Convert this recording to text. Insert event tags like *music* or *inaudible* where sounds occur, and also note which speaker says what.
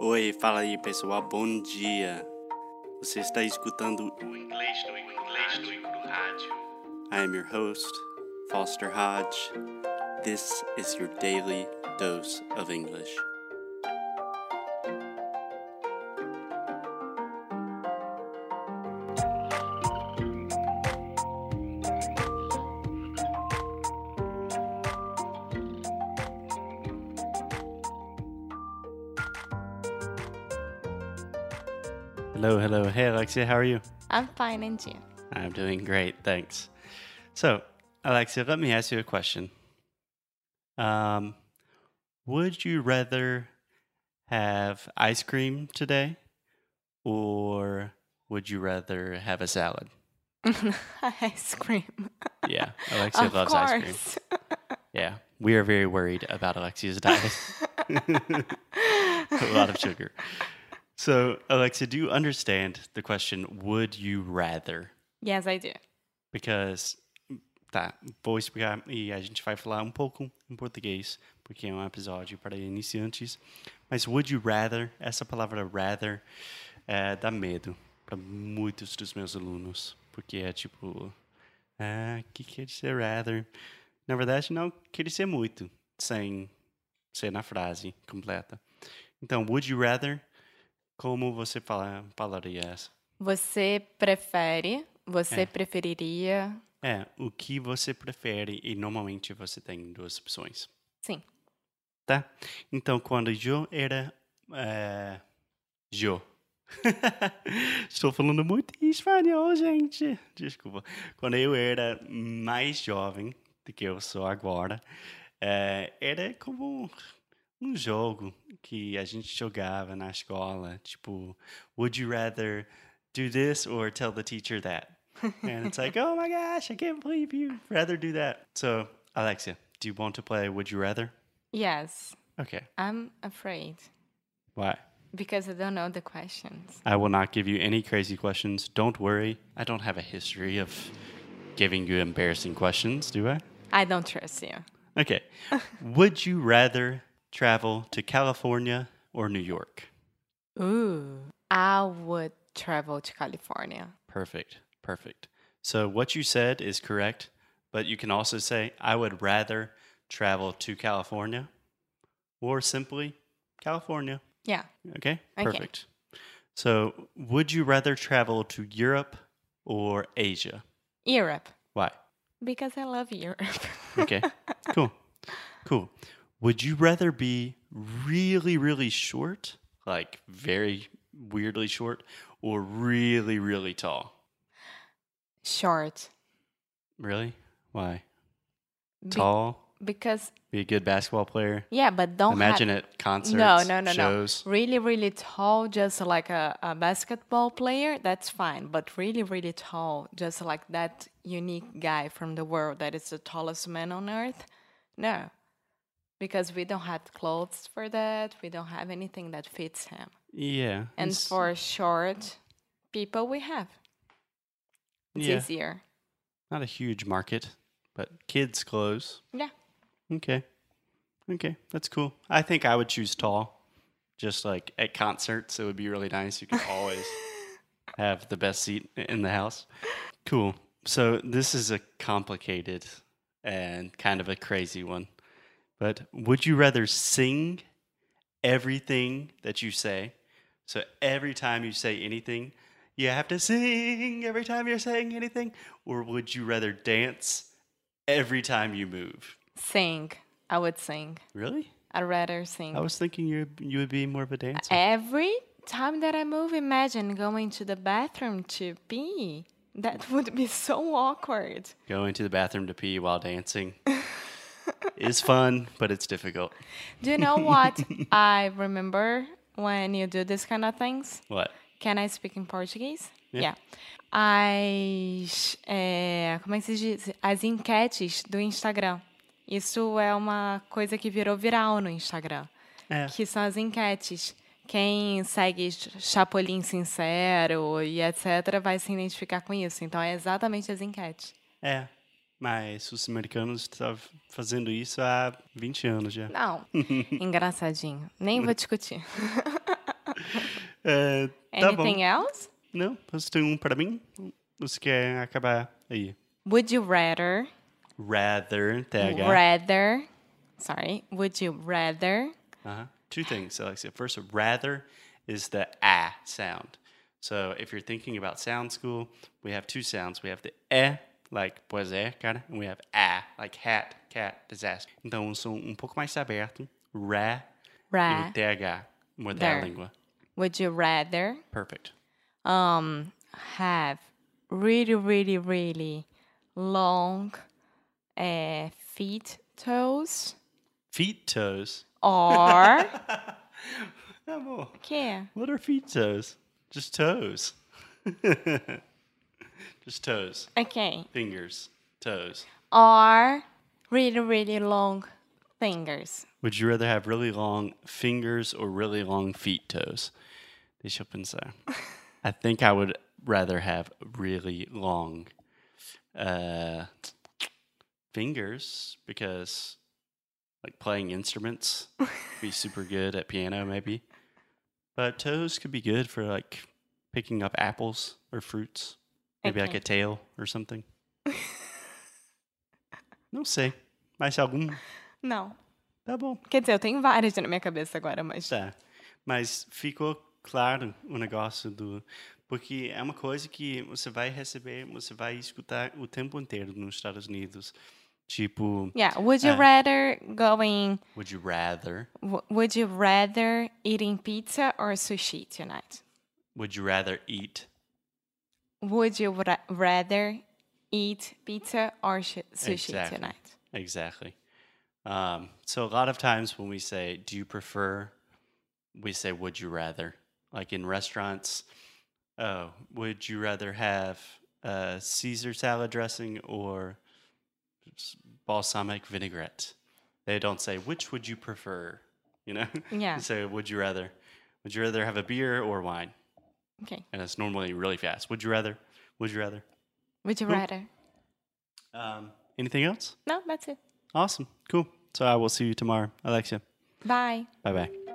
Speaker 1: Oi, fala aí pessoal, bom dia. Você está escutando
Speaker 2: O inglês do inglês do rádio.
Speaker 1: I am your host, Foster Hodge. This is your daily dose of English. Hello, hello. Hey, Alexia, how are you?
Speaker 3: I'm fine and you.
Speaker 1: I'm doing great, thanks. So, Alexia, let me ask you a question. Um, would you rather have ice cream today or would you rather have a salad?
Speaker 3: *laughs* ice cream. *laughs*
Speaker 1: Yeah, Alexia
Speaker 3: of
Speaker 1: loves
Speaker 3: course. *laughs*
Speaker 1: ice cream. Yeah, we are very worried about Alexia's
Speaker 3: *laughs*
Speaker 1: diet. a lot of sugar. So, Alexia, do you understand the question, would you rather?
Speaker 3: Yes, I do.
Speaker 1: Because, tá, vou explicar e a gente vai falar um pouco em português, porque é um episódio para iniciantes. Mas would you rather, essa palavra rather, é, dá medo para muitos dos meus alunos, porque é tipo, ah, que quer dizer rather? Na verdade, não quer dizer muito, sem ser na frase completa. Então, would you rather, como você fala, falaria essa?
Speaker 3: Você prefere? Você preferiria?
Speaker 1: É, o que você prefere e normalmente você tem duas opções,
Speaker 3: Sim.
Speaker 1: tá? Então, quando eu era. É, eu. *laughs* Estou falando muito em espanhol, gente. Desculpa. Quando eu era mais jovem do que eu sou agora, é, era como um jogo que a gente jogava na escola, tipo, would you rather do this or tell the teacher that? and it's like, oh my gosh, I can't believe you rather do that. So, Alexia, do you want to play Would You Rather?
Speaker 3: Yes.
Speaker 1: Okay.
Speaker 3: I'm afraid
Speaker 1: Why?
Speaker 3: because I don't know the questions.
Speaker 1: I will not give you any crazy questions. Don't worry. I don't have a history of giving you embarrassing questions, do I?
Speaker 3: I don't trust you.
Speaker 1: *laughs* Okay. Would you rather travel to California or New York?
Speaker 3: Ooh. I would travel to California.
Speaker 1: Perfect. Perfect. So, what you said is correct, but you can also say, I would rather travel to California or simply California.
Speaker 3: Yeah.
Speaker 1: Okay,
Speaker 3: Okay.
Speaker 1: perfect. So, would you rather travel to Europe or Asia?
Speaker 3: Europe.
Speaker 1: Why?
Speaker 3: Because I love Europe.
Speaker 1: Okay, cool, cool. Would you rather be really, really short, like very weirdly short, or really, really tall?
Speaker 3: *laughs* Short.
Speaker 1: Really? Why?
Speaker 3: Be-
Speaker 1: Tall?
Speaker 3: because
Speaker 1: Be a good basketball player?
Speaker 3: yeah, but don't have-
Speaker 1: Imagine it concerts,
Speaker 3: No, no, no,
Speaker 1: shows.
Speaker 3: no. Really, really tall, just like a, a basketball player, that's fine. But really, really tall, just like that unique guy from the world that is the tallest man on earth, no. Because we don't have clothes for that, we don't have anything that fits him.
Speaker 1: Yeah.
Speaker 3: And
Speaker 1: it's-
Speaker 3: for short people, we have. It's
Speaker 1: yeah,
Speaker 3: easier.
Speaker 1: not a huge market, but kids' clothes.
Speaker 3: Yeah.
Speaker 1: Okay. Okay, that's cool. I think I would choose tall. Just like at concerts, it would be really nice. You could always have the best seat in the house. Cool. So this is a complicated and kind of a crazy one. But would you rather sing everything that you say? So every time you say anything, you have to sing every time you're saying anything, or would you rather dance every time you move?
Speaker 3: Sing. I would sing.
Speaker 1: Really?
Speaker 3: I'd rather sing.
Speaker 1: I was thinking you you would be more of a dancer.
Speaker 3: Every time that I move, imagine going to the bathroom to pee. That *laughs* would be so awkward.
Speaker 1: Going to the bathroom to pee while
Speaker 3: *laughs*
Speaker 1: dancing is fun, but it's difficult.
Speaker 3: Do you know what I remember when you do these kind of things?
Speaker 1: What?
Speaker 3: Can I speak in Português?
Speaker 1: Yeah.
Speaker 3: Yeah. As, é, como é que se diz? As enquetes do Instagram. Isso é uma coisa que virou viral no Instagram.
Speaker 1: É.
Speaker 3: Que são as enquetes. Quem segue Ch- Chapolin Sincero e etc. vai se identificar com isso. Então é exatamente as enquetes.
Speaker 1: É. Mas os americanos estavam fazendo isso há 20 anos já. *laughs*
Speaker 3: Não. Engraçadinho. Nem vou discutir.
Speaker 1: Eh, tá bom.
Speaker 3: Anything else?
Speaker 1: Não, você tem um para mim? Você quer acabar aí?
Speaker 3: Would you rather?
Speaker 1: Rather, TH.
Speaker 3: Rather. Sorry. Would you rather?
Speaker 1: Uh-huh. Two things, Alexia. First, rather is the ah sound. So if you're thinking about sound school, we have two sounds. We have the eh, like poesia, cara, and we have ah, like hat, cat, disaster. Então, um som um pouco mais aberto, ra, e
Speaker 3: Ra.
Speaker 1: o TH, mudar a
Speaker 3: There.
Speaker 1: língua.
Speaker 3: Would you rather
Speaker 1: Perfect.
Speaker 3: um have really really really long uh, feet toes
Speaker 1: Feet toes.
Speaker 3: *laughs* or
Speaker 1: Amor,
Speaker 3: yeah
Speaker 1: what are feet toes? Just toes. *laughs* Just toes.
Speaker 3: okay
Speaker 1: Fingers. Toes.
Speaker 3: or really really long fingers
Speaker 1: Would you rather have really long fingers or really long feet toes? Deixa eu pensar. I think I would rather have really long uh, fingers because, like, playing instruments, be super good at piano, maybe. But toes could be good for, like, picking up apples or fruits. Maybe like
Speaker 3: Okay.
Speaker 1: a tail or something. Não sei. Mais algum?
Speaker 3: não
Speaker 1: Tá bom.
Speaker 3: quer dizer eu tenho várias na minha cabeça agora mas
Speaker 1: Tá. Mas ficou claro o negócio do. Porque é uma coisa que você vai receber, você vai escutar o tempo inteiro nos Estados Unidos. Tipo,
Speaker 3: yeah would you
Speaker 1: É.
Speaker 3: rather going
Speaker 1: would you rather?
Speaker 3: w- would you rather eating pizza or sushi tonight
Speaker 1: Would you rather eat?
Speaker 3: would you ra- rather eat pizza or sh- sushi
Speaker 1: Exactly.
Speaker 3: tonight
Speaker 1: Exactly. Um, so a lot of times when we say, do you prefer, we say, would you rather? Like in restaurants, oh, would you rather have uh, Caesar salad dressing or s- balsamic vinaigrette? They don't say, which would you prefer? You know? *laughs*
Speaker 3: Yeah.
Speaker 1: They say, would you rather? Would you rather have a beer or wine?
Speaker 3: okay
Speaker 1: And it's normally really fast. Would you rather? Would you rather?
Speaker 3: Would you rather?
Speaker 1: Um, anything else?
Speaker 3: No, that's it.
Speaker 1: Awesome. Cool. So I will see you tomorrow, Alexia.
Speaker 3: Bye.
Speaker 1: Bye bye.